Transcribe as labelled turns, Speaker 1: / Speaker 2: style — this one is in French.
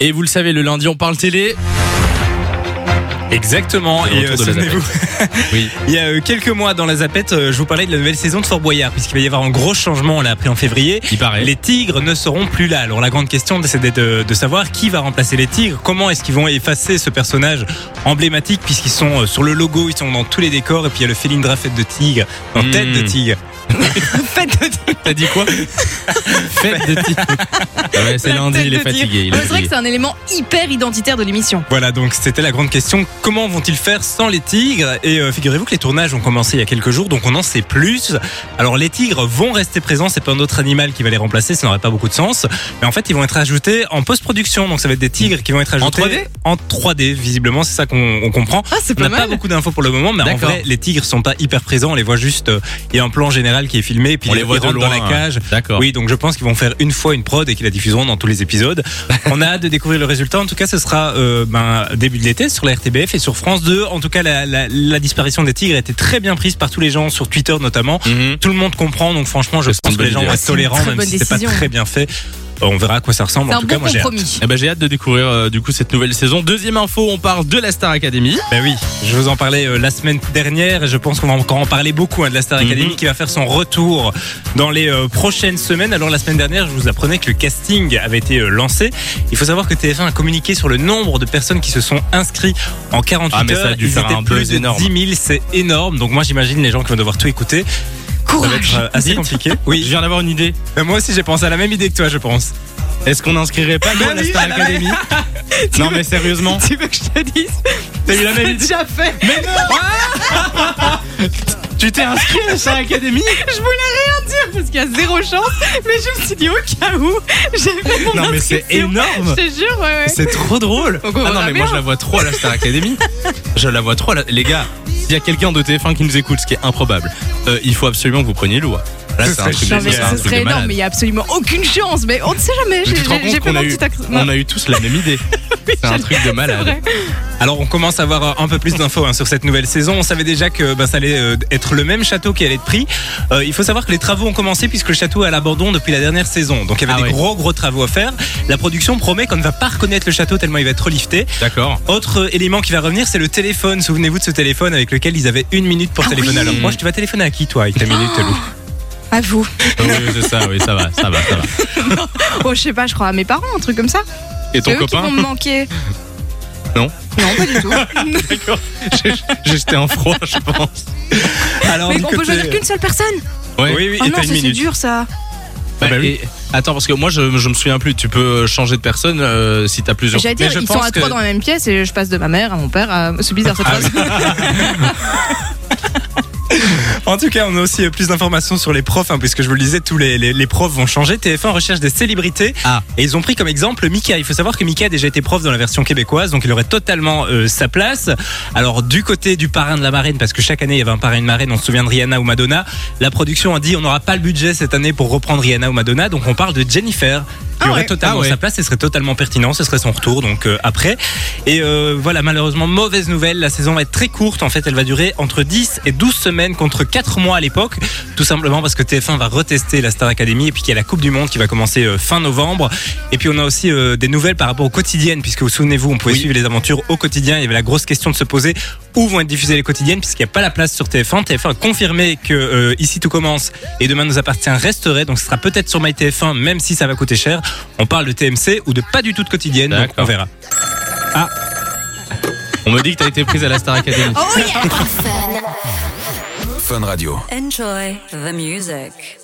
Speaker 1: Et vous le savez, le lundi, on parle télé.
Speaker 2: Exactement.
Speaker 1: C'est le
Speaker 2: Et
Speaker 1: retour de
Speaker 2: euh,
Speaker 1: la
Speaker 2: souvenez-vous,
Speaker 1: Oui.
Speaker 2: il y a euh, quelques mois dans la Zapette, euh, je vous parlais de la nouvelle saison de Fort Boyard, puisqu'il va y avoir un gros changement. On l'a appris en février.
Speaker 1: Il paraît.
Speaker 2: Les tigres ne seront plus là. Alors la grande question, c'est de, de- de savoir qui va remplacer les tigres. Comment est-ce qu'ils vont effacer ce personnage emblématique puisqu'ils sont euh, sur le logo, ils sont dans tous les décors et puis il y a le feeling de la fête de tigre, dans
Speaker 1: Mmh.
Speaker 2: tête de tigre. fête de tigre.
Speaker 1: T'as dit quoi Fête de tigre. Ah ouais, c'est
Speaker 2: La
Speaker 1: lundi,
Speaker 2: tête
Speaker 1: il est
Speaker 2: de tigre.
Speaker 1: fatigué. il est
Speaker 3: C'est vrai que
Speaker 1: fatigué.
Speaker 3: c'est un élément hyper identitaire de l'émission.
Speaker 2: Voilà, donc c'était la grande question. Comment vont-ils faire sans les tigres Et euh, figurez-vous que les tournages ont commencé il y a quelques jours, donc on en sait plus. Alors les tigres vont rester présents, c'est pas un autre animal qui va les remplacer, ça n'aurait pas beaucoup de sens. Mais en fait, ils vont être ajoutés en post-production, donc ça va être des tigres qui vont être ajoutés
Speaker 1: 3D?
Speaker 2: en 3D. Visiblement, c'est ça qu'on on comprend.
Speaker 3: Ah, c'est
Speaker 2: On
Speaker 3: pas
Speaker 2: n'a pas
Speaker 3: mal.
Speaker 2: beaucoup d'infos pour le moment, mais en
Speaker 1: D'accord.
Speaker 2: vrai, les tigres sont pas hyper présents. On les voit juste. euh, Il y a un plan général qui est filmé, puis
Speaker 1: On
Speaker 2: ils-
Speaker 1: les voit
Speaker 2: ils
Speaker 1: de
Speaker 2: rentrent
Speaker 1: loin.
Speaker 2: dans la cage.
Speaker 1: D'accord.
Speaker 2: Oui, donc je pense qu'ils vont faire une fois une prod et qu'ils la diffuseront dans tous les épisodes. On a hâte de découvrir le résultat. En tout cas, ce sera euh, ben, début de l'été sur la RTBF et sur France 2. En tout cas, la, la- la disparition des tigres a été très bien prise par tous les gens sur Twitter notamment.
Speaker 1: Mhm.
Speaker 2: Tout le monde comprend, donc franchement, je
Speaker 1: C'est
Speaker 2: pense
Speaker 1: une
Speaker 2: que les
Speaker 1: bonne
Speaker 2: gens
Speaker 1: idée.
Speaker 2: vont
Speaker 1: Ah,
Speaker 2: être
Speaker 3: c'est une
Speaker 2: tolérants,
Speaker 3: très
Speaker 2: même
Speaker 3: bonne
Speaker 2: si c'était pas
Speaker 3: décision.
Speaker 2: très bien fait. Euh, On verra à quoi ça ressemble.
Speaker 3: C'est
Speaker 2: En
Speaker 3: un
Speaker 2: tout
Speaker 3: bon
Speaker 2: cas, moi j'ai hâte.
Speaker 3: compromis.
Speaker 1: Eh ben, j'ai hâte de découvrir euh, du coup cette nouvelle saison. Deuxième info, on parle de la Star Academy.
Speaker 2: Ben oui, je vous en parlais euh, la semaine dernière et je pense qu'on va encore en parler beaucoup hein, de la Star Academy
Speaker 1: Mhm.
Speaker 2: qui va faire son retour dans les euh, prochaines semaines. Alors la semaine dernière, je vous apprenais que le casting avait été euh, lancé. Il faut savoir que TF1 a communiqué sur le nombre de personnes qui se sont inscrites en 48
Speaker 1: Ah, mais ça a
Speaker 2: heures.
Speaker 1: dû
Speaker 2: Ils
Speaker 1: faire
Speaker 2: étaient
Speaker 1: un
Speaker 2: plus
Speaker 1: buzz
Speaker 2: de
Speaker 1: énorme.
Speaker 2: 10 000, c'est énorme. Donc moi j'imagine les gens qui vont devoir tout écouter. Ça va être
Speaker 3: Courage.
Speaker 2: euh, assez
Speaker 1: Dites.
Speaker 2: compliqué.
Speaker 1: Je
Speaker 2: Oui,
Speaker 1: viens d'avoir une idée.
Speaker 2: Ben, moi aussi j'ai pensé à la même idée que toi, je pense.
Speaker 1: Bah Est-ce qu'on n'inscrirait pas dans
Speaker 2: Ben
Speaker 1: la
Speaker 2: oui,
Speaker 1: Star
Speaker 2: ben
Speaker 1: Academy Non mais sérieusement.
Speaker 3: Tu veux que je te dise
Speaker 1: T'as eu la même
Speaker 3: J'ai
Speaker 1: idée
Speaker 3: déjà fait.
Speaker 1: Tu t'es inscrit à la Star Academy
Speaker 3: Je voulais rien dire parce qu'il y a zéro chance. Mais je me suis dit au cas où, j'ai fait mon
Speaker 1: Non mais c'est
Speaker 3: inscription. Je
Speaker 1: énorme.
Speaker 3: te jure, ouais, ouais.
Speaker 1: C'est trop drôle.
Speaker 3: Donc, on
Speaker 1: Ah non
Speaker 3: verra
Speaker 1: mais
Speaker 3: bien.
Speaker 1: moi je la vois trop à la Star Academy. Je la vois trop. à la- Les gars, s'il y a quelqu'un de TF1 qui nous écoute, ce qui est improbable, euh, il faut absolument que vous preniez Lou. Là
Speaker 2: Ce
Speaker 1: c'est un
Speaker 2: serait
Speaker 1: truc de
Speaker 3: Non, mais
Speaker 1: c'est un
Speaker 3: ce
Speaker 1: truc de
Speaker 3: serait énorme,
Speaker 1: malade.
Speaker 3: mais il n'y a absolument aucune chance. Mais on ne sait jamais.
Speaker 1: Mais
Speaker 3: J'ai
Speaker 1: tu te rends
Speaker 3: j'ai
Speaker 1: compte
Speaker 3: fait
Speaker 1: qu'on
Speaker 3: mon
Speaker 1: a, eu,
Speaker 3: petit accent.
Speaker 1: on a eu tous la même idée. C'est un truc de
Speaker 3: C'est
Speaker 1: malade.
Speaker 3: vrai.
Speaker 2: Alors on commence à avoir un peu plus d'infos hein, sur cette nouvelle saison. On savait déjà que bah, ça allait euh, être le même château qui allait être pris. Euh, il faut savoir que les travaux ont commencé puisque le château est à l'abandon depuis la dernière saison. Donc il y avait
Speaker 1: Ah
Speaker 2: des
Speaker 1: ouais.
Speaker 2: gros gros travaux à faire. La production promet qu'on ne va pas reconnaître le château tellement il va être relifté.
Speaker 1: D'accord.
Speaker 2: Autre euh, élément qui va revenir, c'est le téléphone. Souvenez-vous de ce téléphone avec lequel ils avaient une minute pour
Speaker 3: Ah
Speaker 2: téléphoner à
Speaker 3: oui. Ah.
Speaker 2: leur proche. Tu vas téléphoner à qui toi avec ta minute, Lou
Speaker 3: À vous.
Speaker 1: Oui, oui, c'est ça, oui, ça va, ça va, ça va.
Speaker 3: Oh, je sais pas, je crois à mes parents, un truc comme ça.
Speaker 1: Et
Speaker 3: C'est
Speaker 1: ton
Speaker 3: eux qui
Speaker 1: copain
Speaker 3: vont me manquer.
Speaker 1: Non.
Speaker 3: Non, pas du tout.
Speaker 1: D'accord. J'ai- j'ai jeté un froid, je pense.
Speaker 2: Alors
Speaker 3: Mais
Speaker 2: du
Speaker 3: on peut
Speaker 2: côté-
Speaker 3: choisir qu'une seule personne.
Speaker 1: Ouais.
Speaker 2: Oui, oui,
Speaker 3: Oh
Speaker 2: et
Speaker 3: non,
Speaker 2: t'as une
Speaker 3: ça c'est
Speaker 2: minute.
Speaker 3: dur ça.
Speaker 1: Bah,
Speaker 2: Ah bah oui.
Speaker 1: et- attends, parce que moi, je, je me souviens plus. Tu peux changer de personne euh, si t'as plusieurs.
Speaker 3: J'allais dire,
Speaker 1: Mais je
Speaker 3: ils sont
Speaker 1: pense
Speaker 3: à
Speaker 1: que- Ah,
Speaker 3: trois dans la même pièce et je passe de ma mère à mon père. à- C'est bizarre cette phrase.
Speaker 2: En tout cas, on a aussi euh, plus d'informations sur les profs, hein, puisque je vous le disais, tous les, les- les profs vont changer. TF1 recherche des célébrités.
Speaker 1: Ah.
Speaker 2: Et ils ont pris comme exemple Mika. Il faut savoir que Mika a déjà été prof dans la version québécoise, donc il aurait totalement euh, sa place. Alors, du côté du parrain de la marraine, parce que chaque année, il y avait un parrain et une marraine, on se souvient de Rihanna ou Madonna. La production a dit on n'aura pas le budget cette année pour reprendre Rihanna ou Madonna, donc on parle de Jennifer. qui
Speaker 3: Ah
Speaker 2: aurait
Speaker 3: ouais.
Speaker 2: totalement
Speaker 1: Ah ouais.
Speaker 2: sa place, ce serait totalement pertinent, ce serait son retour donc euh, après. Et euh, voilà, malheureusement, mauvaise nouvelle, la saison va être très courte. En fait, elle va durer entre 10 et 12 semaines contre 4 mois à l'époque. Tout simplement parce que TF1 va retester la Star Academy et puis qu'il y a la Coupe du Monde qui va commencer euh, fin novembre. Et puis on a aussi euh, des nouvelles par rapport aux quotidiennes, puisque vous souvenez-vous, on pouvait
Speaker 1: Oui.
Speaker 2: suivre les aventures au quotidien. Il y avait la grosse question de se poser où vont être diffusées les quotidiennes, puisqu'il n'y a pas la place sur TF1. TF1 a confirmé que euh, Ici tout commence et Demain nous appartient resterait, donc ce sera peut-être sur MyTF1, même si ça va coûter cher. On parle de TMC ou de pas du tout de quotidienne, donc
Speaker 1: D'accord.
Speaker 2: on verra.
Speaker 1: On me dit que t'as été prise à la Star Academy.
Speaker 4: Fun Radio.
Speaker 5: Enjoy the music.